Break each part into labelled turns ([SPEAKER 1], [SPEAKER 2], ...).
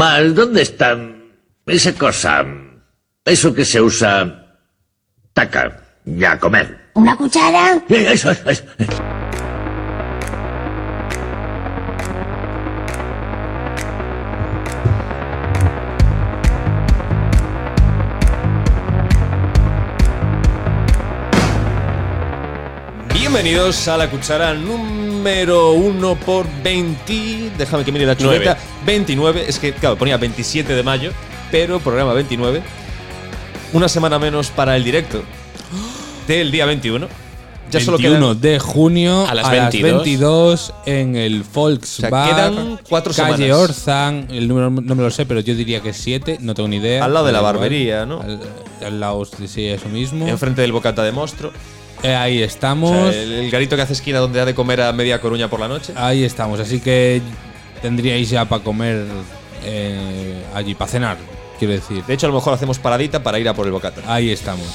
[SPEAKER 1] Mal, ¿dónde está esa cosa? Eso que se usa... Taca, ya comer.
[SPEAKER 2] ¿Una cuchara?
[SPEAKER 1] Eh, Eso, eso, eso.
[SPEAKER 3] Bienvenidos a la cuchara número 1 por 20. Déjame que mire la chuleta. 29. Es que, claro, ponía 27 de mayo, pero programa 29. Una semana menos para el directo del día 21. Ya solo quedan,
[SPEAKER 4] 21 de junio
[SPEAKER 5] A las
[SPEAKER 4] 22 en el
[SPEAKER 3] sea,
[SPEAKER 4] Volkswagen.
[SPEAKER 3] quedan cuatro
[SPEAKER 4] Calle
[SPEAKER 3] semanas.
[SPEAKER 4] Orzan, el número no me lo sé, pero yo diría que 7, no tengo ni idea.
[SPEAKER 3] Al lado de la
[SPEAKER 4] Da igual.
[SPEAKER 3] barbería, ¿no?
[SPEAKER 4] Al, al lado, de- sí, eso mismo.
[SPEAKER 3] enfrente del bocata de monstruo.
[SPEAKER 4] Eh, ahí
[SPEAKER 3] O
[SPEAKER 4] estamos.
[SPEAKER 3] sea, el, el garito que hace esquina donde ha de comer a media coruña por la noche.
[SPEAKER 4] Ahí estamos, así que tendríais ya para comer eh, allí, para cenar, quiero decir.
[SPEAKER 3] De hecho, a lo mejor hacemos paradita para ir a por el bocata.
[SPEAKER 4] Ahí estamos.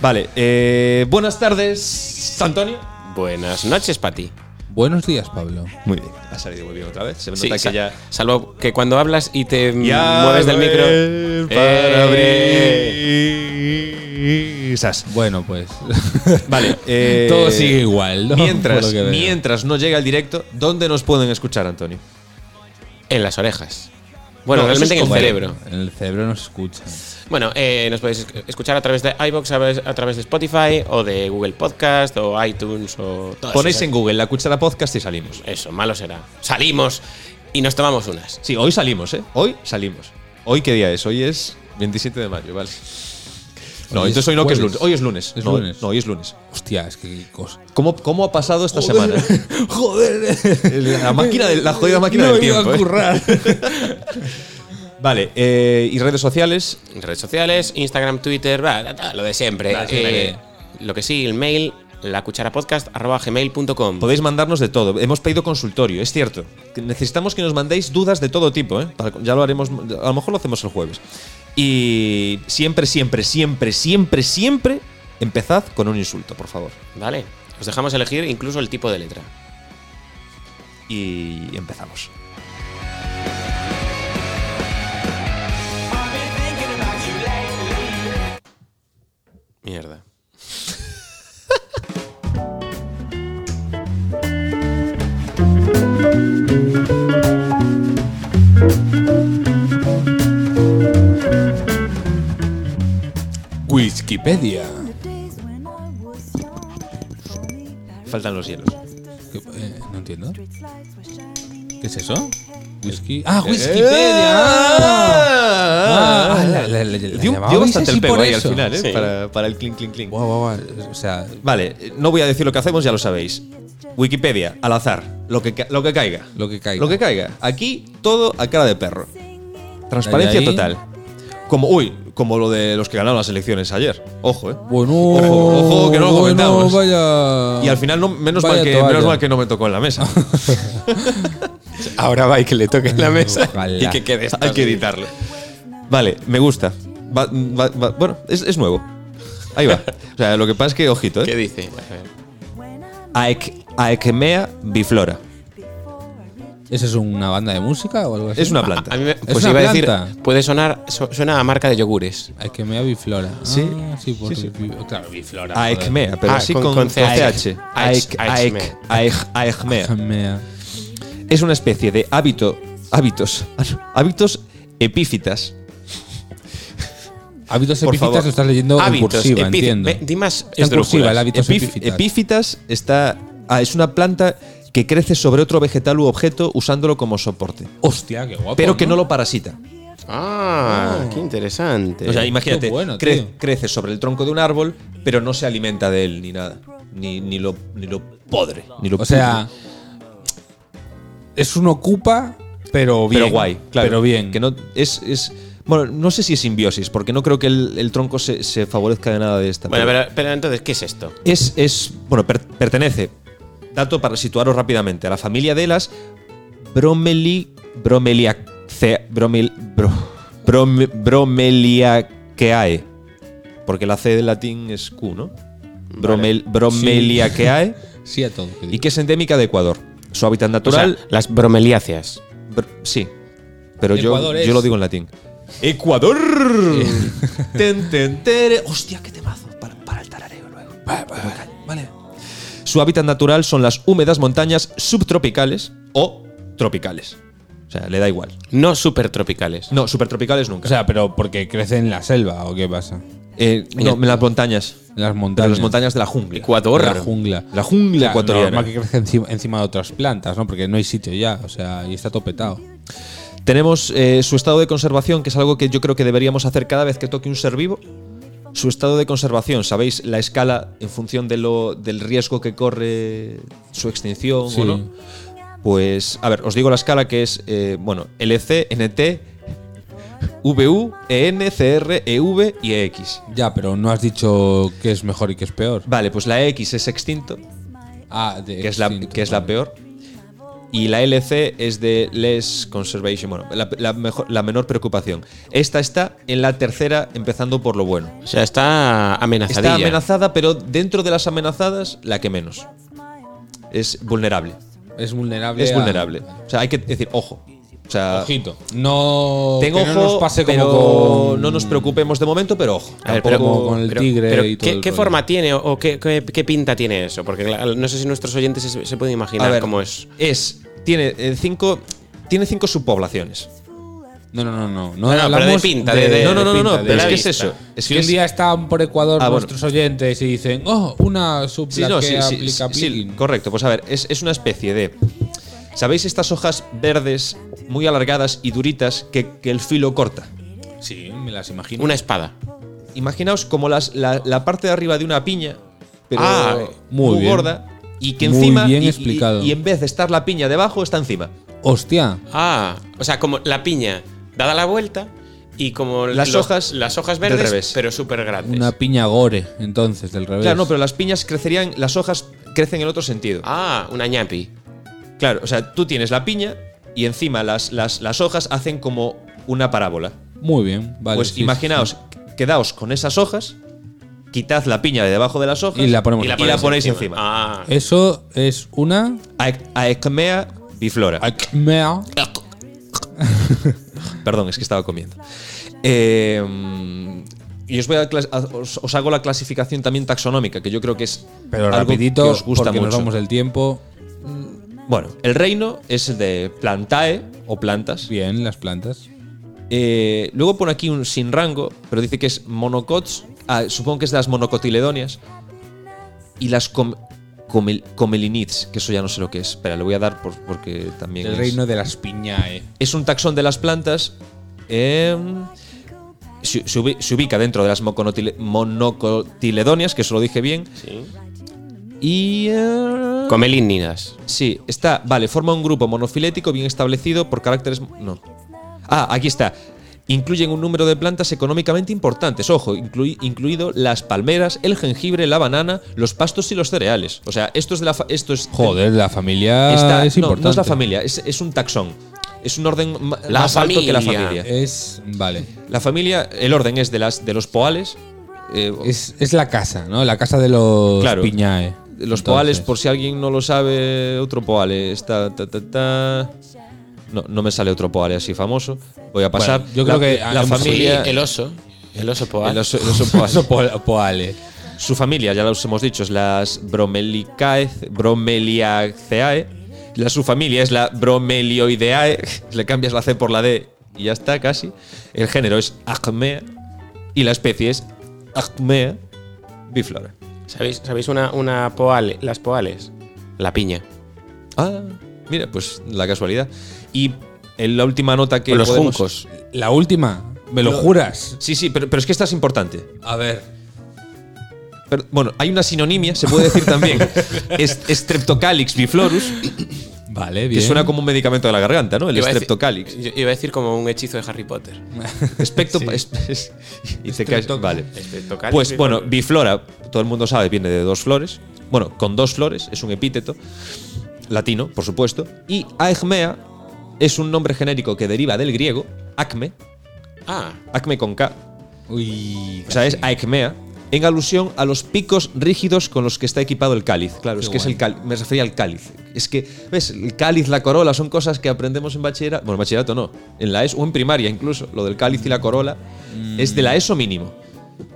[SPEAKER 3] Vale, eh, buenas tardes, Antonio.
[SPEAKER 5] Buenas noches, Pati.
[SPEAKER 4] Buenos días, Pablo.
[SPEAKER 3] Muy bien. Ha salido muy bien otra vez. Se me
[SPEAKER 5] Sí,
[SPEAKER 3] nota
[SPEAKER 5] sa-
[SPEAKER 3] que ya.
[SPEAKER 5] Salvo que cuando hablas y te mm,
[SPEAKER 3] Ya
[SPEAKER 5] mueves del
[SPEAKER 3] ves,
[SPEAKER 5] micro.
[SPEAKER 3] Para
[SPEAKER 5] Eh,
[SPEAKER 3] brisas.
[SPEAKER 4] Bueno, pues.
[SPEAKER 3] Vale. eh,
[SPEAKER 4] Todo sigue igual, ¿no? Por
[SPEAKER 3] Mientras,
[SPEAKER 4] lo que veo.
[SPEAKER 3] mientras no llega el directo, ¿dónde nos pueden escuchar, Antonio?
[SPEAKER 5] En las orejas. Bueno,
[SPEAKER 3] No, eso
[SPEAKER 5] realmente
[SPEAKER 3] es
[SPEAKER 5] en el
[SPEAKER 3] como-
[SPEAKER 5] cerebro.
[SPEAKER 4] En el cerebro nos escucha.
[SPEAKER 5] Bueno, eh, nos podéis esc- escuchar a través de iBox, a través de Spotify, o de Google Podcast, o iTunes, o. todas
[SPEAKER 3] Ponéis
[SPEAKER 5] esas-
[SPEAKER 3] en Google la cuchara podcast y salimos.
[SPEAKER 5] Eso, malo será. Salimos y nos tomamos unas.
[SPEAKER 3] Sí, hoy salimos, ¿eh? Hoy salimos. ¿Hoy qué día es? Hoy es 27 de mayo, vale. No,
[SPEAKER 4] Hoy es
[SPEAKER 3] entonces hoy no, que es
[SPEAKER 4] jueves.
[SPEAKER 3] lunes. Hoy es lunes.
[SPEAKER 4] Es
[SPEAKER 3] no,
[SPEAKER 4] lunes.
[SPEAKER 3] no, hoy es lunes.
[SPEAKER 4] Hostia, es que qué cosa.
[SPEAKER 3] ¿Cómo, cómo ha pasado esta semana?
[SPEAKER 4] Joder.
[SPEAKER 3] La máquina del- la jodida máquina
[SPEAKER 4] no
[SPEAKER 3] del
[SPEAKER 4] iba
[SPEAKER 3] tiempo,
[SPEAKER 4] a
[SPEAKER 3] ¿eh?
[SPEAKER 4] currar.
[SPEAKER 3] Vale, eh, y redes sociales.
[SPEAKER 5] Redes sociales, Instagram, Twitter, bla, bla, bla, lo de siempre.
[SPEAKER 4] Lo de siempre.
[SPEAKER 5] Eh, lo que sí, el mail, lacucharapodcast.gmail.com.
[SPEAKER 3] Podéis mandarnos de todo. Hemos pedido consultorio, es cierto. Que Necesitamos que nos mandéis dudas de todo tipo, ¿eh? Para- ya lo haremos, a lo mejor lo hacemos el jueves. Y siempre, siempre, siempre, siempre, siempre empezad con un insulto, por favor.
[SPEAKER 5] Vale, os dejamos elegir incluso el tipo de letra.
[SPEAKER 3] Y empezamos.
[SPEAKER 5] Mierda.
[SPEAKER 4] Wikipedia.
[SPEAKER 3] Faltan los hielos. Eh,
[SPEAKER 4] no entiendo. ¿Qué es eso? Whisky. Ah, Wikipedia. Ah, Ah, ah, la- la- la- la
[SPEAKER 3] Dio,
[SPEAKER 4] llamabais
[SPEAKER 3] dio bastante
[SPEAKER 4] así
[SPEAKER 3] el pego
[SPEAKER 4] por
[SPEAKER 3] ahí al
[SPEAKER 4] eso.
[SPEAKER 3] final, ¿eh?
[SPEAKER 5] Sí.
[SPEAKER 3] Para, para el clink, clink, clink.
[SPEAKER 4] Guau, guau, guau. O sea,
[SPEAKER 3] Vale, eh, no voy a decir lo que hacemos, ya lo sabéis. Wikipedia, al azar, lo que, ca- lo que caiga.
[SPEAKER 4] Lo que caiga.
[SPEAKER 3] Lo que caiga. Aquí todo a cara de perro. Transparencia
[SPEAKER 4] Ahí, ahí.
[SPEAKER 3] total. Como, uy, como lo de los que ganaron las elecciones ayer. Ojo, eh.
[SPEAKER 4] bueno.
[SPEAKER 3] Ojo, ojo, que no lo
[SPEAKER 4] bueno,
[SPEAKER 3] comentamos.
[SPEAKER 4] vaya.
[SPEAKER 3] Y al final, no, menos,
[SPEAKER 4] Vaya
[SPEAKER 3] mal que,
[SPEAKER 4] toalla.
[SPEAKER 3] menos mal que no me tocó en la mesa.
[SPEAKER 5] Ahora va y que le toque en la mesa
[SPEAKER 4] Ojalá.
[SPEAKER 5] y que quede esto
[SPEAKER 3] Hay que
[SPEAKER 5] así.
[SPEAKER 3] editarlo. Vale, me gusta. Va- va- va- bueno, es, es nuevo. Ahí va. O sea, lo que pasa es que, ojito,
[SPEAKER 5] ¿Qué
[SPEAKER 3] ¿eh?
[SPEAKER 5] dice? A ver.
[SPEAKER 3] Aec- Aecmea biflora.
[SPEAKER 4] ¿Eso es una banda de música o algo así?
[SPEAKER 3] Es una
[SPEAKER 5] A
[SPEAKER 3] planta.
[SPEAKER 5] mí me-
[SPEAKER 4] ¿Es
[SPEAKER 5] pues
[SPEAKER 4] una
[SPEAKER 5] iba a decir,
[SPEAKER 4] planta?
[SPEAKER 5] puede sonar, su- suena a marca de yogures.
[SPEAKER 4] Hay Ah, que me biflora.
[SPEAKER 3] Sí.
[SPEAKER 4] Ah, sí, por
[SPEAKER 3] Sí, sí.
[SPEAKER 4] bi- Claro, biflora. joder.
[SPEAKER 3] Aecmea, pero
[SPEAKER 5] Ah,
[SPEAKER 3] así
[SPEAKER 5] con-
[SPEAKER 3] con,
[SPEAKER 5] con
[SPEAKER 3] con
[SPEAKER 5] CH.
[SPEAKER 3] CH. Aec-
[SPEAKER 5] Aecmea.
[SPEAKER 3] aec- aec- Aecmea.
[SPEAKER 4] Aecmea.
[SPEAKER 3] Es una especie de hábito, hábitos, ah, no, hábitos epífitas.
[SPEAKER 4] Hábitos
[SPEAKER 3] Por
[SPEAKER 4] epífitas
[SPEAKER 3] favor.
[SPEAKER 4] lo estás leyendo
[SPEAKER 5] Hábitos,
[SPEAKER 4] en cursiva,
[SPEAKER 5] epi-
[SPEAKER 4] entiendo.
[SPEAKER 5] ve- di más
[SPEAKER 4] Está en cursiva
[SPEAKER 5] esdrújulas.
[SPEAKER 4] el hábitos
[SPEAKER 3] Epif-
[SPEAKER 4] epífitas.
[SPEAKER 3] epífitas está, ah, es una planta que crece sobre otro vegetal u objeto usándolo como soporte,
[SPEAKER 4] Hostia, qué guapo.
[SPEAKER 3] pero que no lo parasita. Eh,
[SPEAKER 5] Ah, qué interesante.
[SPEAKER 3] O sea, imagínate,
[SPEAKER 4] Qué bueno,
[SPEAKER 3] cre-
[SPEAKER 4] tío.
[SPEAKER 3] crece sobre el tronco de un árbol, pero no se alimenta de él ni nada, ni, ni lo ni lo podre, ni lo
[SPEAKER 4] O sea, es un ocupa, pero
[SPEAKER 3] pudre.
[SPEAKER 4] bien.
[SPEAKER 3] pero guay, claro,
[SPEAKER 4] Pero bien.
[SPEAKER 3] que no es, es bueno, no sé si es simbiosis, porque no creo que el, el tronco se, se favorezca de nada de esta.
[SPEAKER 5] bueno,
[SPEAKER 3] pero-
[SPEAKER 5] pero, pero entonces, ¿qué es esto?
[SPEAKER 3] es, es bueno, per- pertenece, dato para situaros rápidamente, a la familia de las bromeli, bromeliace- bromel- bro- brome- bromeliaceae. Porque la C del latín es Q, ¿no? Bromel- bromeliaceae.
[SPEAKER 4] Sí a todo. que
[SPEAKER 3] Y
[SPEAKER 4] digo.
[SPEAKER 3] que es endémica de Ecuador. Su hábitat
[SPEAKER 5] O sea,
[SPEAKER 3] natural,
[SPEAKER 5] las bromeliáceas.
[SPEAKER 3] br- sí. Pero yo,
[SPEAKER 4] Ecuador es.
[SPEAKER 3] yo lo digo en latín. ¡Ecuador! ten, ten, tere. ¡Hostia, qué temazo! Para, para el tarareo luego. Vale, vale. Su hábitat natural son las húmedas montañas subtropicales o tropicales. O sea, le da igual.
[SPEAKER 5] No supertropicales.
[SPEAKER 3] No, supertropicales nunca.
[SPEAKER 4] O sea, pero porque crece en la selva o qué pasa.
[SPEAKER 3] Eh, no, en las montañas.
[SPEAKER 4] En las
[SPEAKER 3] Pero
[SPEAKER 4] montañas.
[SPEAKER 3] en las montañas de la jungla.
[SPEAKER 5] Ecuador.
[SPEAKER 4] La jungla.
[SPEAKER 3] La jungla ecuatoriana.
[SPEAKER 4] Normal que crece encima, encima de otras plantas, ¿no? Porque no hay sitio ya, o sea, y está topetado.
[SPEAKER 3] Tenemos eh, su estado de conservación, que es algo que yo creo que deberíamos hacer cada vez que toque un ser vivo. Su estado de conservación, ¿sabéis? La escala en función de lo, del riesgo que corre su extinción
[SPEAKER 4] Sí.
[SPEAKER 3] o no. Pues, a ver, os digo la escala que es, eh, bueno, LC, NT, VU, EN, CR, EV E y EX.
[SPEAKER 4] Ya, pero no has dicho qué es mejor y qué es peor.
[SPEAKER 3] Vale, pues la EX es extinto,
[SPEAKER 4] Ah, de
[SPEAKER 3] que es la,
[SPEAKER 4] extinto,
[SPEAKER 3] que es la
[SPEAKER 4] vale.
[SPEAKER 3] peor. Y la LC es de Less Conservation, bueno, la, la mejor- la menor preocupación. Esta está en la tercera, empezando por lo bueno.
[SPEAKER 5] O sea, está amenazadilla.
[SPEAKER 3] Está amenazada, pero dentro de las amenazadas, la que menos. Es vulnerable.
[SPEAKER 4] Es vulnerable.
[SPEAKER 3] Es
[SPEAKER 4] a-
[SPEAKER 3] vulnerable. O sea, hay que decir, ojo. O sea,
[SPEAKER 4] Ojito. No.
[SPEAKER 3] tengo
[SPEAKER 4] que
[SPEAKER 3] ojo,
[SPEAKER 4] no nos pase como
[SPEAKER 3] pero
[SPEAKER 4] con-
[SPEAKER 3] no nos preocupemos de momento, pero ojo.
[SPEAKER 5] A
[SPEAKER 3] Tampoco-
[SPEAKER 5] ver, pero-
[SPEAKER 4] como con el tigre
[SPEAKER 5] Pero,
[SPEAKER 4] y todo.
[SPEAKER 5] ¿qué,
[SPEAKER 4] el
[SPEAKER 5] qué
[SPEAKER 4] rollo.
[SPEAKER 5] forma tiene o qué, qué- qué pinta tiene eso? Porque claro, no sé si nuestros oyentes se, se pueden imaginar
[SPEAKER 3] a ver,
[SPEAKER 5] cómo es.
[SPEAKER 3] Es, tiene, eh, cinco, tiene cinco subpoblaciones.
[SPEAKER 4] No, no, no, no. No,
[SPEAKER 5] pero
[SPEAKER 4] hablamos
[SPEAKER 5] de pinta, de- de-
[SPEAKER 3] no, no, no, no,
[SPEAKER 4] pinta,
[SPEAKER 3] no,
[SPEAKER 4] de-
[SPEAKER 3] pero es
[SPEAKER 5] la
[SPEAKER 3] que es
[SPEAKER 5] vista.
[SPEAKER 3] eso. Es
[SPEAKER 4] si
[SPEAKER 3] que
[SPEAKER 4] un
[SPEAKER 3] es-
[SPEAKER 4] día están por Ecuador
[SPEAKER 3] Ah, bueno.
[SPEAKER 4] nuestros oyentes y dicen, oh, una sub
[SPEAKER 3] Sí, no, sí,
[SPEAKER 4] que
[SPEAKER 3] sí,
[SPEAKER 4] aplica
[SPEAKER 3] sí, sí,
[SPEAKER 4] plugin".
[SPEAKER 3] correcto. Pues a ver, es, es una especie de. ¿Sabéis estas hojas verdes, muy alargadas y duritas, que, que el filo corta?
[SPEAKER 4] Sí, me las imagino.
[SPEAKER 5] Una espada.
[SPEAKER 3] Imaginaos como las, la, la parte de arriba de una piña, pero
[SPEAKER 5] Ah,
[SPEAKER 4] muy
[SPEAKER 3] muy,
[SPEAKER 4] bien.
[SPEAKER 3] gorda, y que
[SPEAKER 4] Muy
[SPEAKER 3] encima.
[SPEAKER 4] bien
[SPEAKER 3] y- y-
[SPEAKER 4] explicado.
[SPEAKER 3] Y, en vez de estar la piña debajo, está encima.
[SPEAKER 4] Hostia.
[SPEAKER 5] Ah, o sea, como la piña dada la vuelta y como
[SPEAKER 3] Las
[SPEAKER 5] los-
[SPEAKER 3] hojas
[SPEAKER 5] las hojas
[SPEAKER 3] del
[SPEAKER 5] verdes,
[SPEAKER 3] revés.
[SPEAKER 5] pero súper grandes.
[SPEAKER 4] Una piña gore, entonces, del revés.
[SPEAKER 3] Claro, no, pero las piñas crecerían, las hojas crecen en otro sentido.
[SPEAKER 5] Ah, una ñapi.
[SPEAKER 3] Claro, o sea, tú tienes la piña y encima las, las, las hojas hacen como una parábola.
[SPEAKER 4] Muy bien, vale.
[SPEAKER 3] pues
[SPEAKER 4] sí, sí,
[SPEAKER 3] imaginaos, quedaos con esas hojas, quitad la piña de debajo de las hojas
[SPEAKER 4] Y la ponemos
[SPEAKER 5] Y la,
[SPEAKER 4] aquí.
[SPEAKER 5] ponéis
[SPEAKER 3] ponéis
[SPEAKER 5] encima.
[SPEAKER 3] encima. Ah.
[SPEAKER 5] Ah,
[SPEAKER 4] sí. Eso es una.
[SPEAKER 3] Aec- Aecmea biflora.
[SPEAKER 4] acmea.
[SPEAKER 3] Perdón, es que estaba comiendo. Eh, mm, y os, voy a clas- a- os, os hago la clasificación también taxonómica, que yo creo que es
[SPEAKER 4] Pero
[SPEAKER 3] algo
[SPEAKER 4] rapidito,
[SPEAKER 3] que os gusta
[SPEAKER 4] porque
[SPEAKER 3] mucho.
[SPEAKER 4] nos vamos el tiempo.
[SPEAKER 3] Bueno, el reino es el de plantae o plantas.
[SPEAKER 4] Bien, las plantas.
[SPEAKER 3] Eh, luego pone aquí un sin rango, pero dice que es monocots. ah, supongo que es de las monocotiledonias. Y las com- comel- comelinids, que eso ya no sé lo que es. Espera, le voy a dar por- porque también.
[SPEAKER 4] El
[SPEAKER 3] es.
[SPEAKER 4] reino de las piñae.
[SPEAKER 3] Es un taxón de las plantas. eh, se, se ubi- se ubica dentro de las moconotile- monocotiledonias, que eso lo dije bien.
[SPEAKER 5] sí.
[SPEAKER 3] Y. eh,
[SPEAKER 5] Comelínidas.
[SPEAKER 3] Sí, está. Vale, forma un grupo monofilético bien establecido por caracteres. No. Ah, aquí está. Incluyen un número de plantas económicamente importantes, ojo, inclui- incluido las palmeras, el jengibre, la banana, los pastos y los cereales. O sea, esto es de la. fa- Esto es,
[SPEAKER 4] Joder, la familia
[SPEAKER 3] está-
[SPEAKER 4] es
[SPEAKER 3] no,
[SPEAKER 4] importante.
[SPEAKER 3] no es la familia, es, es un taxón. Es un orden ma-
[SPEAKER 5] La
[SPEAKER 3] más alto que la
[SPEAKER 5] familia.
[SPEAKER 3] familia.
[SPEAKER 4] Es. Vale.
[SPEAKER 3] La familia, el orden es de las de los poales. eh,
[SPEAKER 4] Es, es la casa, ¿no? La casa de los
[SPEAKER 3] Claro.
[SPEAKER 4] piñae.
[SPEAKER 3] Los
[SPEAKER 4] Entonces,
[SPEAKER 3] poales, por si alguien no lo sabe, otro poale. Está, ta, ta, ta. No, no me sale otro poale así famoso. Voy a pasar.
[SPEAKER 4] Bueno, yo creo
[SPEAKER 3] La-
[SPEAKER 4] que
[SPEAKER 3] la
[SPEAKER 4] hemos-
[SPEAKER 3] familia.
[SPEAKER 5] Sí, el oso. El oso poal.
[SPEAKER 3] el oso- el oso poal.
[SPEAKER 4] Los po- poales.
[SPEAKER 3] Su familia, ya los hemos dicho, es las Bromelicae, Bromeliaceae. La subfamilia es la Bromelioideae. Le cambias la C por la D y ya está, casi. El género es Acmea. Y la especie es Acmea biflora.
[SPEAKER 5] ¿Sabéis, sabéis una, una poal? Las poales. La piña.
[SPEAKER 3] Ah, mira, pues la casualidad. Y en la última nota que.
[SPEAKER 5] O los
[SPEAKER 3] podemos-
[SPEAKER 5] juncos.
[SPEAKER 4] La última, me lo juras.
[SPEAKER 3] Sí, sí, pero, pero es que esta es importante.
[SPEAKER 4] A ver.
[SPEAKER 3] Pero, bueno, hay una sinonimia, se puede decir también. es, streptocalix biflorus,
[SPEAKER 4] Vale, bien.
[SPEAKER 3] que suena como un medicamento de la garganta, ¿no? El
[SPEAKER 5] Iba a decir-
[SPEAKER 3] streptocalix.
[SPEAKER 5] yo- Iba a decir como un hechizo de Harry Potter.
[SPEAKER 3] Especto. es- es- y te caes.
[SPEAKER 4] Streptoc-
[SPEAKER 3] Vale.
[SPEAKER 5] Streptocalix
[SPEAKER 3] Pues
[SPEAKER 5] biflorus.
[SPEAKER 3] bueno, biflora, todo el mundo sabe, viene de dos flores. Bueno, con dos flores, es un epíteto latino, por supuesto. Y aegmea es un nombre genérico que deriva del griego, acme,
[SPEAKER 5] Ah,
[SPEAKER 3] acme con K,
[SPEAKER 4] Uy.
[SPEAKER 3] O sea, es Aecmea. en alusión a los picos rígidos con los que está equipado el cáliz. Claro, es que es el cáliz. Me refería al cáliz. Es que, ¿ves? El cáliz, la corola, son cosas que aprendemos en bachillerato. Bueno, en bachillerato no. En la ESO o en primaria incluso. Lo del cáliz y la corola es de la ESO mínimo.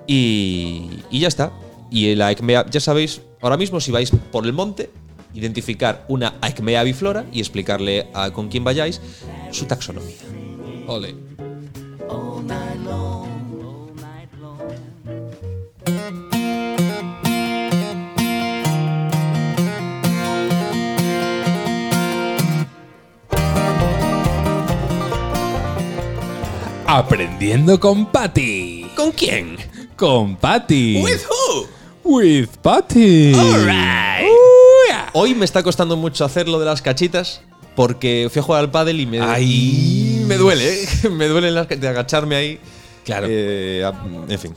[SPEAKER 3] Y, y ya está. Y la Ecmea, ya sabéis, ahora mismo si vais por el monte, identificar una Ecmea biflora y explicarle a con quién vayáis su taxonomía.
[SPEAKER 4] Ole. Aprendiendo con Patty.
[SPEAKER 5] ¿Con quién?
[SPEAKER 4] Con Patty.
[SPEAKER 5] who?
[SPEAKER 4] With ah. Patty.
[SPEAKER 5] Alright.
[SPEAKER 4] Uya.
[SPEAKER 3] Hoy me está costando mucho hacer lo de las cachitas porque fui a jugar al pádel y me,
[SPEAKER 4] Ay.
[SPEAKER 3] me duele, ¿eh? me duele las ca- de agacharme ahí.
[SPEAKER 4] Claro.
[SPEAKER 3] Eh, a- en fin.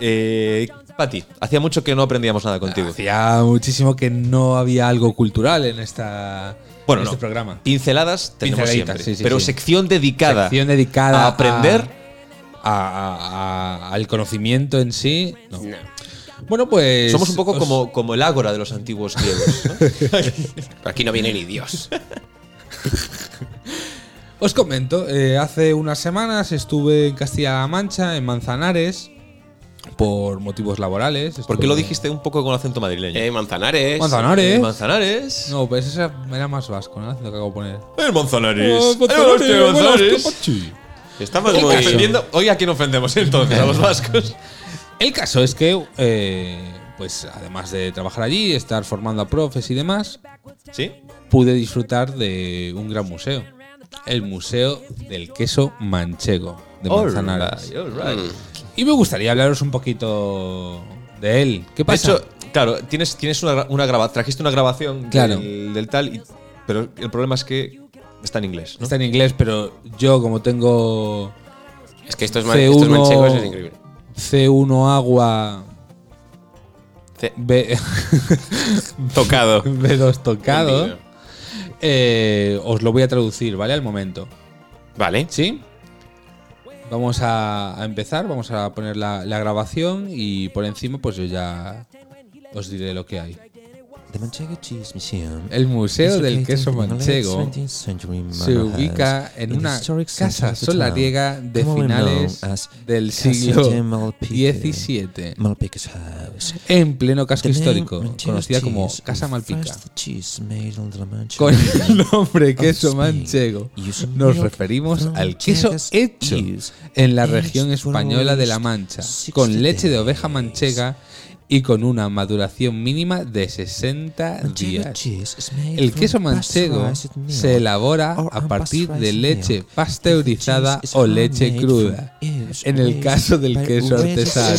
[SPEAKER 3] Eh, Pati, hacía mucho que no aprendíamos nada contigo.
[SPEAKER 4] Hacía muchísimo que no había algo cultural en esta
[SPEAKER 3] Bueno,
[SPEAKER 4] en este
[SPEAKER 3] no.
[SPEAKER 4] programa.
[SPEAKER 3] Pinceladas tenemos
[SPEAKER 4] Pinceladitas,
[SPEAKER 3] siempre,
[SPEAKER 4] sí, sí,
[SPEAKER 3] pero
[SPEAKER 4] sí.
[SPEAKER 3] sección dedicada,
[SPEAKER 4] Sección dedicada
[SPEAKER 3] a aprender.
[SPEAKER 4] a- a- a- al conocimiento en sí. no. Bueno, pues
[SPEAKER 3] Somos un poco
[SPEAKER 4] os-
[SPEAKER 3] como, como el ágora de los antiguos griegos. ¿no?
[SPEAKER 5] Aquí no viene ni Dios.
[SPEAKER 4] Os comento, eh, hace unas semanas estuve en Castilla-La Mancha, en Manzanares, por motivos laborales.
[SPEAKER 3] ¿Por qué lo
[SPEAKER 4] Estuve-
[SPEAKER 3] dijiste un poco con acento madrileño?
[SPEAKER 5] Eh, Manzanares.
[SPEAKER 4] Manzanares.
[SPEAKER 3] Eh, Manzanares.
[SPEAKER 4] No, pues ese era más vasco, ¿no? Lo que acabo de poner.
[SPEAKER 3] Eh, Manzanares.
[SPEAKER 4] Ah,
[SPEAKER 3] Eh, hostia, Manzanares.
[SPEAKER 5] Estamos
[SPEAKER 3] Hoy
[SPEAKER 5] Pues muy.
[SPEAKER 3] ofendiendo- Hoy a quién ofendemos entonces, a los vascos.
[SPEAKER 4] El caso es que, eh, pues además de trabajar allí, estar formando a profes y demás,
[SPEAKER 3] ¿Sí?
[SPEAKER 4] pude disfrutar de un gran museo. El Museo del Queso Manchego de Manzanares.
[SPEAKER 3] All right, all right.
[SPEAKER 4] Y me gustaría hablaros un poquito de él. ¿Qué
[SPEAKER 3] De
[SPEAKER 4] pasa?
[SPEAKER 3] hecho, claro, tienes, tienes una, gra- una graba- trajiste una grabación
[SPEAKER 4] Claro.
[SPEAKER 3] del, del tal, y- pero el problema es que está en inglés. ¿no?
[SPEAKER 4] Está en inglés, pero yo como tengo
[SPEAKER 5] Es que estos, man- estos manchegos es
[SPEAKER 4] C1,
[SPEAKER 5] increíble.
[SPEAKER 4] C1 agua,
[SPEAKER 5] C-
[SPEAKER 4] B,
[SPEAKER 5] Tocado.
[SPEAKER 4] B2 tocado,
[SPEAKER 5] Entendido.
[SPEAKER 4] eh, os lo voy a traducir, ¿vale? Al momento.
[SPEAKER 5] Vale.
[SPEAKER 4] ¿Sí? Vamos a, a empezar, vamos a poner la, la grabación y por encima pues yo ya os diré lo que hay. El Museo del Queso Manchego se ubica en una casa solariega de finales del siglo XVII, en pleno casco histórico, conocida como Casa Malpica. Con el nombre queso manchego nos referimos al queso hecho en la región española de La Mancha, con leche de oveja manchega y con una maduración mínima de 60 días. El queso manchego se elabora a partir de leche pasteurizada o leche cruda, en el caso del queso artesano,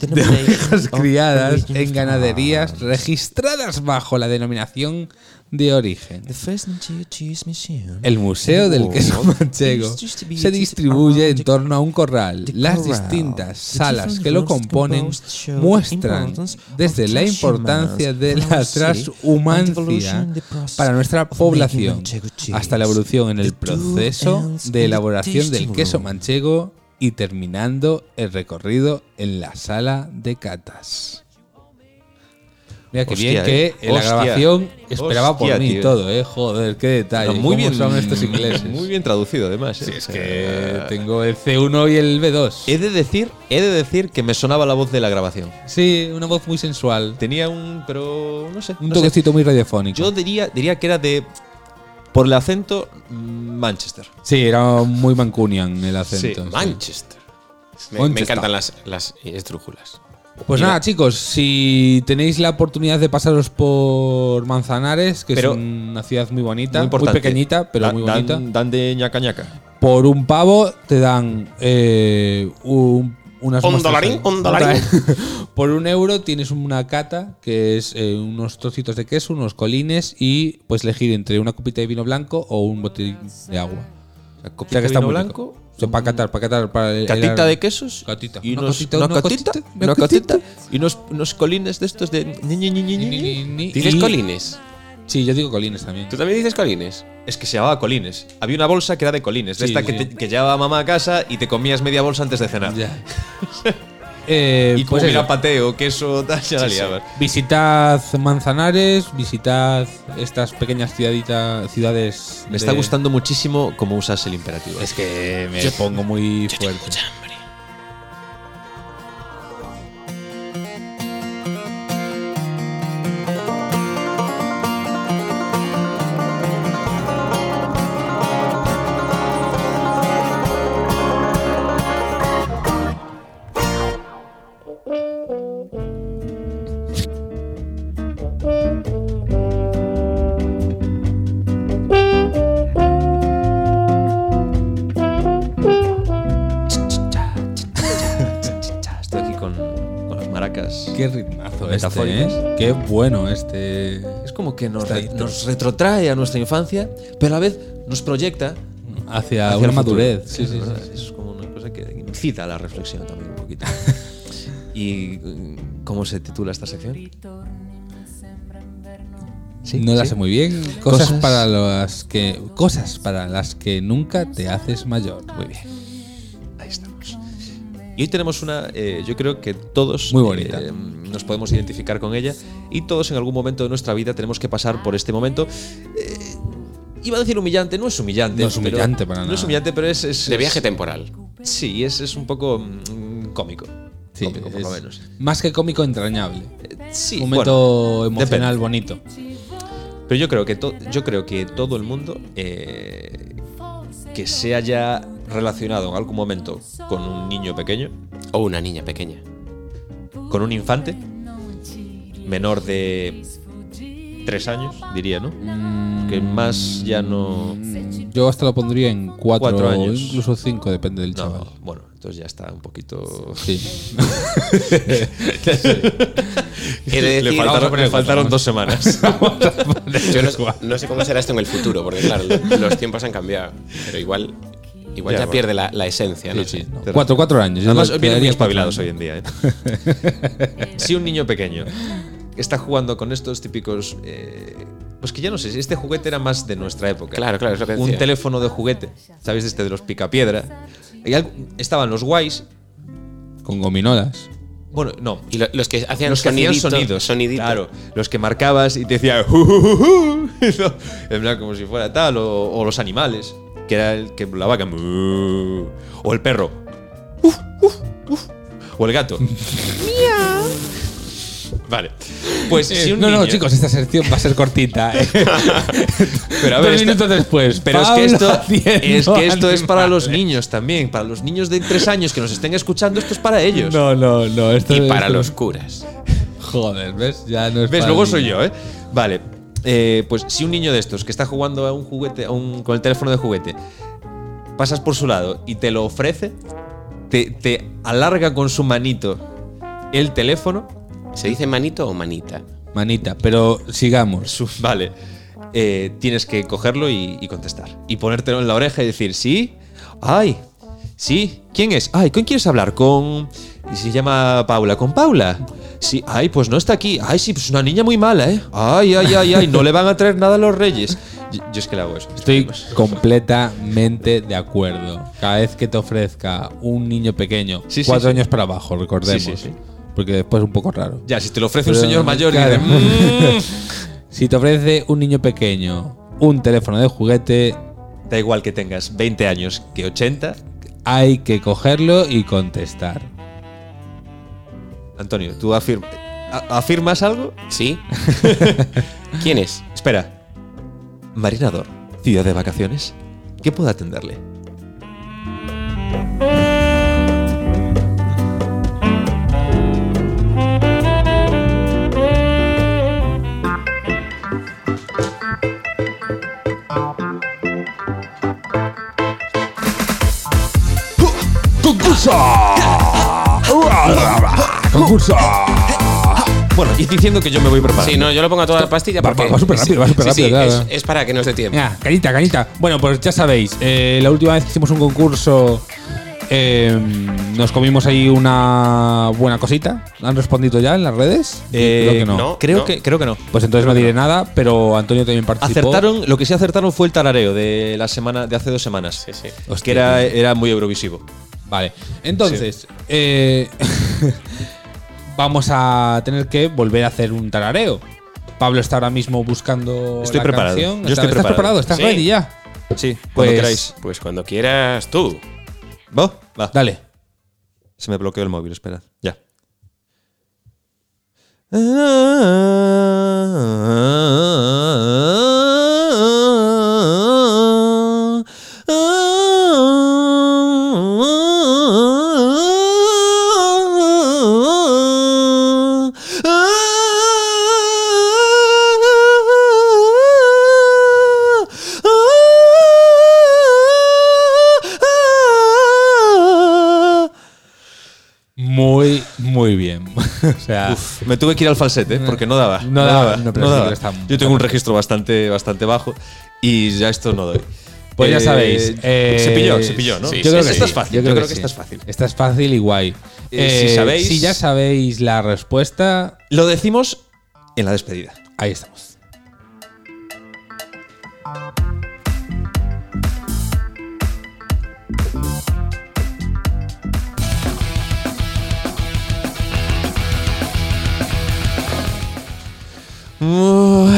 [SPEAKER 4] de ovejas criadas en ganaderías registradas bajo la denominación de origen. El Museo
[SPEAKER 3] Oh.
[SPEAKER 4] del Queso Manchego se
[SPEAKER 3] uh,
[SPEAKER 4] distribuye en torno a un corral. Las distintas salas que lo componen muestran desde la importancia de la transhumancia para nuestra población hasta la evolución en el proceso de elaboración del queso manchego y terminando el recorrido en la sala de catas. Mira que
[SPEAKER 3] Hostia,
[SPEAKER 4] bien que
[SPEAKER 3] eh.
[SPEAKER 4] en la
[SPEAKER 3] Hostia.
[SPEAKER 4] grabación esperaba por
[SPEAKER 3] Hostia,
[SPEAKER 4] mí y
[SPEAKER 3] tío.
[SPEAKER 4] todo, eh. Joder, qué
[SPEAKER 3] No,
[SPEAKER 4] detalle.
[SPEAKER 3] muy
[SPEAKER 4] ¿Cómo
[SPEAKER 3] bien,
[SPEAKER 4] son estos ingleses.
[SPEAKER 3] Muy bien traducido, además.
[SPEAKER 4] Sí,
[SPEAKER 3] eh.
[SPEAKER 4] es
[SPEAKER 3] O sea,
[SPEAKER 4] que tengo el C1 y el B2.
[SPEAKER 3] He de decir, he de decir que me sonaba la voz de la grabación.
[SPEAKER 4] Sí, una voz muy sensual.
[SPEAKER 3] Tenía un, pero no sé.
[SPEAKER 4] Un
[SPEAKER 3] no sé.
[SPEAKER 4] toquecito muy radiofónico.
[SPEAKER 3] Yo diría, diría que era de, por el acento, mm, Manchester.
[SPEAKER 4] sí, era muy mancunian el acento. sí.
[SPEAKER 5] Manchester. Me,
[SPEAKER 4] Manchester.
[SPEAKER 5] me encantan las, las estrújulas.
[SPEAKER 4] Pues nada, chicos, si tenéis la oportunidad de pasaros por Manzanares, que
[SPEAKER 3] Pero-
[SPEAKER 4] es una ciudad muy bonita,
[SPEAKER 3] Muy
[SPEAKER 4] muy,
[SPEAKER 3] importante.
[SPEAKER 4] pequeñita, pero
[SPEAKER 3] Dan-
[SPEAKER 4] muy bonita.
[SPEAKER 3] Dan, dan de ñaca ñaca.
[SPEAKER 4] Por un pavo te dan eh, un, unas
[SPEAKER 5] Un
[SPEAKER 4] muestras
[SPEAKER 5] dolarín,
[SPEAKER 4] de-
[SPEAKER 5] un dolarín.
[SPEAKER 4] Por un euro tienes una cata que es eh, unos trocitos de queso, unos colines y puedes elegir entre una copita de vino blanco o un botín de agua. O sea que está muy rico. O sea, para catar, para catar, para el-
[SPEAKER 3] Catita
[SPEAKER 4] el-
[SPEAKER 3] de quesos.
[SPEAKER 4] Catita.
[SPEAKER 3] Y
[SPEAKER 4] Una
[SPEAKER 3] unos,
[SPEAKER 4] catita,
[SPEAKER 3] una
[SPEAKER 4] una
[SPEAKER 3] catita,
[SPEAKER 4] catita,
[SPEAKER 3] una
[SPEAKER 4] una
[SPEAKER 3] catita,
[SPEAKER 4] catita.
[SPEAKER 3] Y unos, unos colines de estos de. ñi, ñi, ñi, ñi, ñi, ñi.
[SPEAKER 4] Y-
[SPEAKER 5] ¿Dices colines?
[SPEAKER 4] Sí, yo digo colines también.
[SPEAKER 5] ¿Tú también dices colines?
[SPEAKER 3] Es que se llamaba colines. Había una bolsa que era de colines, de
[SPEAKER 4] Sí,
[SPEAKER 3] esta que,
[SPEAKER 4] sí.
[SPEAKER 3] te- que llevaba mamá a casa y te comías media bolsa antes de cenar.
[SPEAKER 4] Ya. Eh,
[SPEAKER 3] y
[SPEAKER 4] pues
[SPEAKER 3] como
[SPEAKER 4] eso.
[SPEAKER 3] mira pateo, queso, tal, ya la
[SPEAKER 5] Sí, sí.
[SPEAKER 3] liabas.
[SPEAKER 4] Visitad Manzanares, visitad estas pequeñas ciudadita- ciudades.
[SPEAKER 3] Me está
[SPEAKER 4] de-
[SPEAKER 3] gustando muchísimo cómo usas el imperativo.
[SPEAKER 4] Es que me pongo muy fuerte.
[SPEAKER 3] Estoy aquí con, con las maracas.
[SPEAKER 4] Qué ritmazo este,
[SPEAKER 3] Metafóricas.
[SPEAKER 4] ¿eh? Qué bueno este.
[SPEAKER 3] Es como que nos,
[SPEAKER 4] Está
[SPEAKER 3] re-
[SPEAKER 4] ahí.
[SPEAKER 3] nos retrotrae a nuestra infancia, pero a la vez nos proyecta
[SPEAKER 4] Hacia,
[SPEAKER 3] hacia
[SPEAKER 4] una
[SPEAKER 3] el futuro.
[SPEAKER 4] madurez. Sí,
[SPEAKER 3] Es
[SPEAKER 4] sí,
[SPEAKER 3] verdad,
[SPEAKER 4] sí.
[SPEAKER 3] Es como una cosa que incita a la reflexión también un poquito. ¿Y mm, cómo se titula esta sección? Sí,
[SPEAKER 4] no la
[SPEAKER 3] sí.
[SPEAKER 4] sé muy bien. Cosas,
[SPEAKER 3] Cosas.
[SPEAKER 4] para las que cosas para las que nunca te haces mayor.
[SPEAKER 3] Muy bien. Ahí estamos. Y hoy tenemos una, eh, yo creo que todos
[SPEAKER 4] Muy bonita.
[SPEAKER 3] eh, nos podemos identificar con ella y todos en algún momento de nuestra vida tenemos que pasar por este momento. Eh, iba a decir humillante, no es humillante.
[SPEAKER 4] No es
[SPEAKER 3] pero-
[SPEAKER 4] humillante para
[SPEAKER 3] No es
[SPEAKER 4] nada.
[SPEAKER 3] humillante, pero es... es-
[SPEAKER 5] De
[SPEAKER 3] es-
[SPEAKER 5] viaje temporal.
[SPEAKER 3] Sí, es, es un poco mm, cómico. cómico, por lo
[SPEAKER 4] es
[SPEAKER 3] menos.
[SPEAKER 4] Más que cómico, entrañable.
[SPEAKER 3] Eh, Sí,
[SPEAKER 4] Un momento emocional
[SPEAKER 3] depende.
[SPEAKER 4] bonito.
[SPEAKER 3] bueno, pero yo creo que, to- yo creo que todo el mundo eh, que se haya relacionado en algún momento con un niño pequeño,
[SPEAKER 5] O una niña pequeña.
[SPEAKER 3] con un infante menor de tres años, diría, ¿no? Que más ya no.
[SPEAKER 4] Mm, Yo hasta lo pondría en cuatro,
[SPEAKER 3] Cuatro
[SPEAKER 4] o
[SPEAKER 3] años.
[SPEAKER 4] incluso cinco, depende del
[SPEAKER 3] No,
[SPEAKER 4] chaval.
[SPEAKER 3] bueno, entonces ya está un poquito.
[SPEAKER 4] Sí.
[SPEAKER 5] He de
[SPEAKER 3] le
[SPEAKER 5] decir-
[SPEAKER 3] faltaron,
[SPEAKER 4] poner
[SPEAKER 3] le faltaron
[SPEAKER 4] cuatro.
[SPEAKER 3] dos semanas.
[SPEAKER 5] Yo no, no sé cómo será esto en el futuro, porque claro, los tiempos han cambiado. Pero igual, igual
[SPEAKER 3] Ya,
[SPEAKER 5] ya,
[SPEAKER 3] bueno.
[SPEAKER 5] pierde la, la esencia, ¿no?
[SPEAKER 3] sí.
[SPEAKER 4] No, Cuatro, cuatro años. Yo
[SPEAKER 3] Además,
[SPEAKER 4] lo
[SPEAKER 3] vienen muy
[SPEAKER 4] quedaría cuatro
[SPEAKER 3] espabilados hoy en
[SPEAKER 4] años.
[SPEAKER 3] día. ¿eh? si un niño pequeño está jugando con estos típicos. eh, pues que ya no sé, si este juguete era más de nuestra época.
[SPEAKER 5] Claro, claro, es lo que
[SPEAKER 3] Un
[SPEAKER 5] decía.
[SPEAKER 3] teléfono de juguete, ¿sabes? Este de los picapiedra. Y algo- Estaban los guays.
[SPEAKER 4] Con gominolas.
[SPEAKER 3] Bueno, no,
[SPEAKER 5] Y lo- los que hacían
[SPEAKER 3] los que hacían
[SPEAKER 5] sonidito-
[SPEAKER 3] sonidos.
[SPEAKER 5] sonidito.
[SPEAKER 3] Claro, los que marcabas y te decían. "Ju, ju, ju, ju", ¿no? En plan, como si fuera tal. O, o los animales, que era el que la vaca. "Mu", O el perro. "Uf, uf, uf", O el gato. "Miau". vale. Pues
[SPEAKER 4] Eh,
[SPEAKER 3] si un
[SPEAKER 4] no, no,
[SPEAKER 3] niño-
[SPEAKER 4] chicos, esta sección va a ser cortita. eh.
[SPEAKER 3] Pero a ver,
[SPEAKER 4] Dos
[SPEAKER 3] esta-
[SPEAKER 4] minutos después.
[SPEAKER 3] Pero es que
[SPEAKER 4] Pablo
[SPEAKER 3] esto,
[SPEAKER 4] haciendo
[SPEAKER 3] es, que esto es para los
[SPEAKER 4] animales.
[SPEAKER 3] niños también. Para los niños de tres años que nos estén escuchando, esto es para ellos.
[SPEAKER 4] No, no, no. Esto
[SPEAKER 5] Y
[SPEAKER 4] es-
[SPEAKER 5] para los curas.
[SPEAKER 4] Joder, ¿ves? Ya no es
[SPEAKER 3] ¿Ves?
[SPEAKER 4] para
[SPEAKER 3] Luego
[SPEAKER 4] niños.
[SPEAKER 3] soy yo, ¿eh? Vale. Eh, pues si un niño de estos que está jugando a un juguete, a un- con el teléfono de juguete, pasas por su lado y te lo ofrece, te, te alarga con su manito el teléfono,
[SPEAKER 5] ¿Se dice manito o manita?
[SPEAKER 3] ¿eh?
[SPEAKER 4] Manita, pero sigamos.
[SPEAKER 3] su- vale, eh, tienes que cogerlo y, y contestar. Y ponértelo en la oreja y decir, sí, ay, sí, ¿quién es? Ay, ¿con quién quieres hablar? Con... y Se llama Paula, ¿con Paula? Sí, ay, pues no está aquí. Ay, sí, pues una niña muy mala, ¿eh? Ay, ay, ay, ay, no le van a traer nada a los reyes. Yo, yo es que le hago eso.
[SPEAKER 4] Estoy completamente de acuerdo. Cada vez que te ofrezca un niño pequeño,
[SPEAKER 3] Sí, sí,
[SPEAKER 4] cuatro
[SPEAKER 3] sí.
[SPEAKER 4] años para abajo, recordemos.
[SPEAKER 3] Sí, sí, sí.
[SPEAKER 4] Porque después es un poco raro.
[SPEAKER 3] Ya, si te lo ofrece un
[SPEAKER 4] Pero,
[SPEAKER 3] señor mayor y
[SPEAKER 4] claro.
[SPEAKER 3] dices, "Mm",
[SPEAKER 4] Si te ofrece un niño pequeño un teléfono de juguete,
[SPEAKER 3] "Mm". da igual que tengas 20 años que 80.
[SPEAKER 4] hay que cogerlo y contestar.
[SPEAKER 3] Antonio, ¿tú afir- a- afirmas algo?
[SPEAKER 5] ¿Sí? ¿Quién es?
[SPEAKER 3] Espera. Marinador, ciudad de vacaciones. ¿Qué puedo atenderle?
[SPEAKER 4] ¡Concurso!
[SPEAKER 3] Bueno, y diciendo que yo me voy preparando.
[SPEAKER 5] Sí, no, yo lo pongo a toda la pastilla
[SPEAKER 4] Va-
[SPEAKER 5] porque.
[SPEAKER 4] va- va súper rápido, va
[SPEAKER 5] Sí,
[SPEAKER 4] súper
[SPEAKER 5] sí,
[SPEAKER 4] rápido,
[SPEAKER 5] es-
[SPEAKER 4] claro.
[SPEAKER 5] Es, para que nos dé tiempo.
[SPEAKER 4] Mira, carita, carita. Bueno, pues ya sabéis, eh, la última vez que hicimos un concurso eh, nos comimos ahí una buena cosita. ¿Han respondido ya en las redes?
[SPEAKER 3] Eh,
[SPEAKER 4] Creo que no.
[SPEAKER 5] no.
[SPEAKER 3] Creo, Que, creo que no.
[SPEAKER 4] Pues entonces no diré nada, pero Antonio también participó.
[SPEAKER 3] Acertaron, lo que sí acertaron fue el tarareo de la semana de hace dos semanas.
[SPEAKER 5] Sí, sí.
[SPEAKER 3] Que era, era muy eurovisivo.
[SPEAKER 4] Vale. Entonces, eh, vamos a tener que volver a hacer un tarareo. Pablo está ahora mismo buscando
[SPEAKER 3] Estoy
[SPEAKER 4] la
[SPEAKER 3] preparado.
[SPEAKER 4] canción.
[SPEAKER 3] Yo
[SPEAKER 4] ¿Estás-
[SPEAKER 3] estoy
[SPEAKER 4] ¿Estás
[SPEAKER 3] preparado.
[SPEAKER 4] preparado? ¿Estás
[SPEAKER 5] Sí.
[SPEAKER 4] ready ya?
[SPEAKER 3] Sí, cuando
[SPEAKER 4] Pues-
[SPEAKER 3] queráis.
[SPEAKER 5] Pues cuando quieras tú.
[SPEAKER 3] ¿Vos? Va.
[SPEAKER 4] Dale.
[SPEAKER 3] Se me bloqueó el móvil, esperad. Ya.
[SPEAKER 4] Muy, muy bien. o sea,
[SPEAKER 3] Me tuve que ir al falsete porque no daba.
[SPEAKER 4] Ah. No daba, no, pero sí que está-
[SPEAKER 3] Yo tengo un registro bastante, bastante bajo y ya esto no doy.
[SPEAKER 4] pues ya
[SPEAKER 3] Eh,
[SPEAKER 4] sabéis. eh,
[SPEAKER 3] se pilló, se pilló, ¿no?
[SPEAKER 5] sí,
[SPEAKER 4] yo creo que
[SPEAKER 5] sí.
[SPEAKER 4] sí.
[SPEAKER 3] esta es fácil. Yo, creo que, esta es fácil.
[SPEAKER 4] Esta es fácil y guay.
[SPEAKER 3] Eh, si sabéis-
[SPEAKER 4] si ya sabéis la respuesta,
[SPEAKER 3] Lo decimos en la despedida.
[SPEAKER 4] ahí estamos.
[SPEAKER 3] Oh.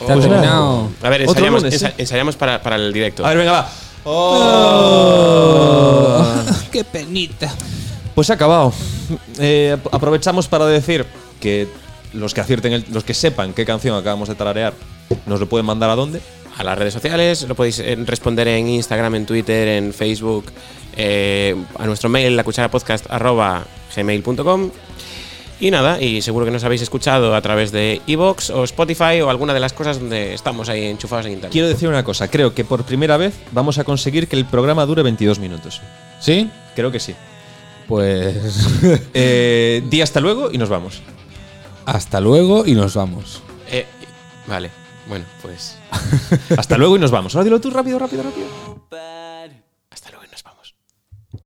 [SPEAKER 4] ¿Está terminado?
[SPEAKER 5] A ver,
[SPEAKER 3] Otro
[SPEAKER 5] ensayamos,
[SPEAKER 3] lunes, ¿eh?
[SPEAKER 5] ensa-
[SPEAKER 3] sí.
[SPEAKER 5] ensayamos para, para el directo.
[SPEAKER 3] A ver, venga, va.
[SPEAKER 4] Oh. ¡Qué penita!
[SPEAKER 3] Pues se ha acabado. Eh, ap- aprovechamos para decir que los que acierten, el- los que sepan qué canción acabamos de tararear, nos lo pueden mandar a dónde.
[SPEAKER 5] a las redes sociales, lo podéis eh, responder en Instagram, en Twitter, en Facebook, eh, a nuestro mail, lacucharapodcast.gmail.com Y nada, y seguro que nos habéis escuchado a través de Evox o Spotify o alguna de las cosas donde estamos ahí enchufados en internet.
[SPEAKER 3] Quiero decir una cosa, creo que por primera vez vamos a conseguir que el programa dure 22 minutos.
[SPEAKER 4] ¿Sí?
[SPEAKER 3] Creo que sí.
[SPEAKER 4] Pues
[SPEAKER 3] Eh, di hasta luego y nos vamos.
[SPEAKER 4] hasta luego y nos vamos.
[SPEAKER 5] Eh, vale, bueno, pues
[SPEAKER 3] Hasta luego y nos vamos. Ahora dilo tú rápido, rápido, rápido.
[SPEAKER 5] hasta luego y nos vamos.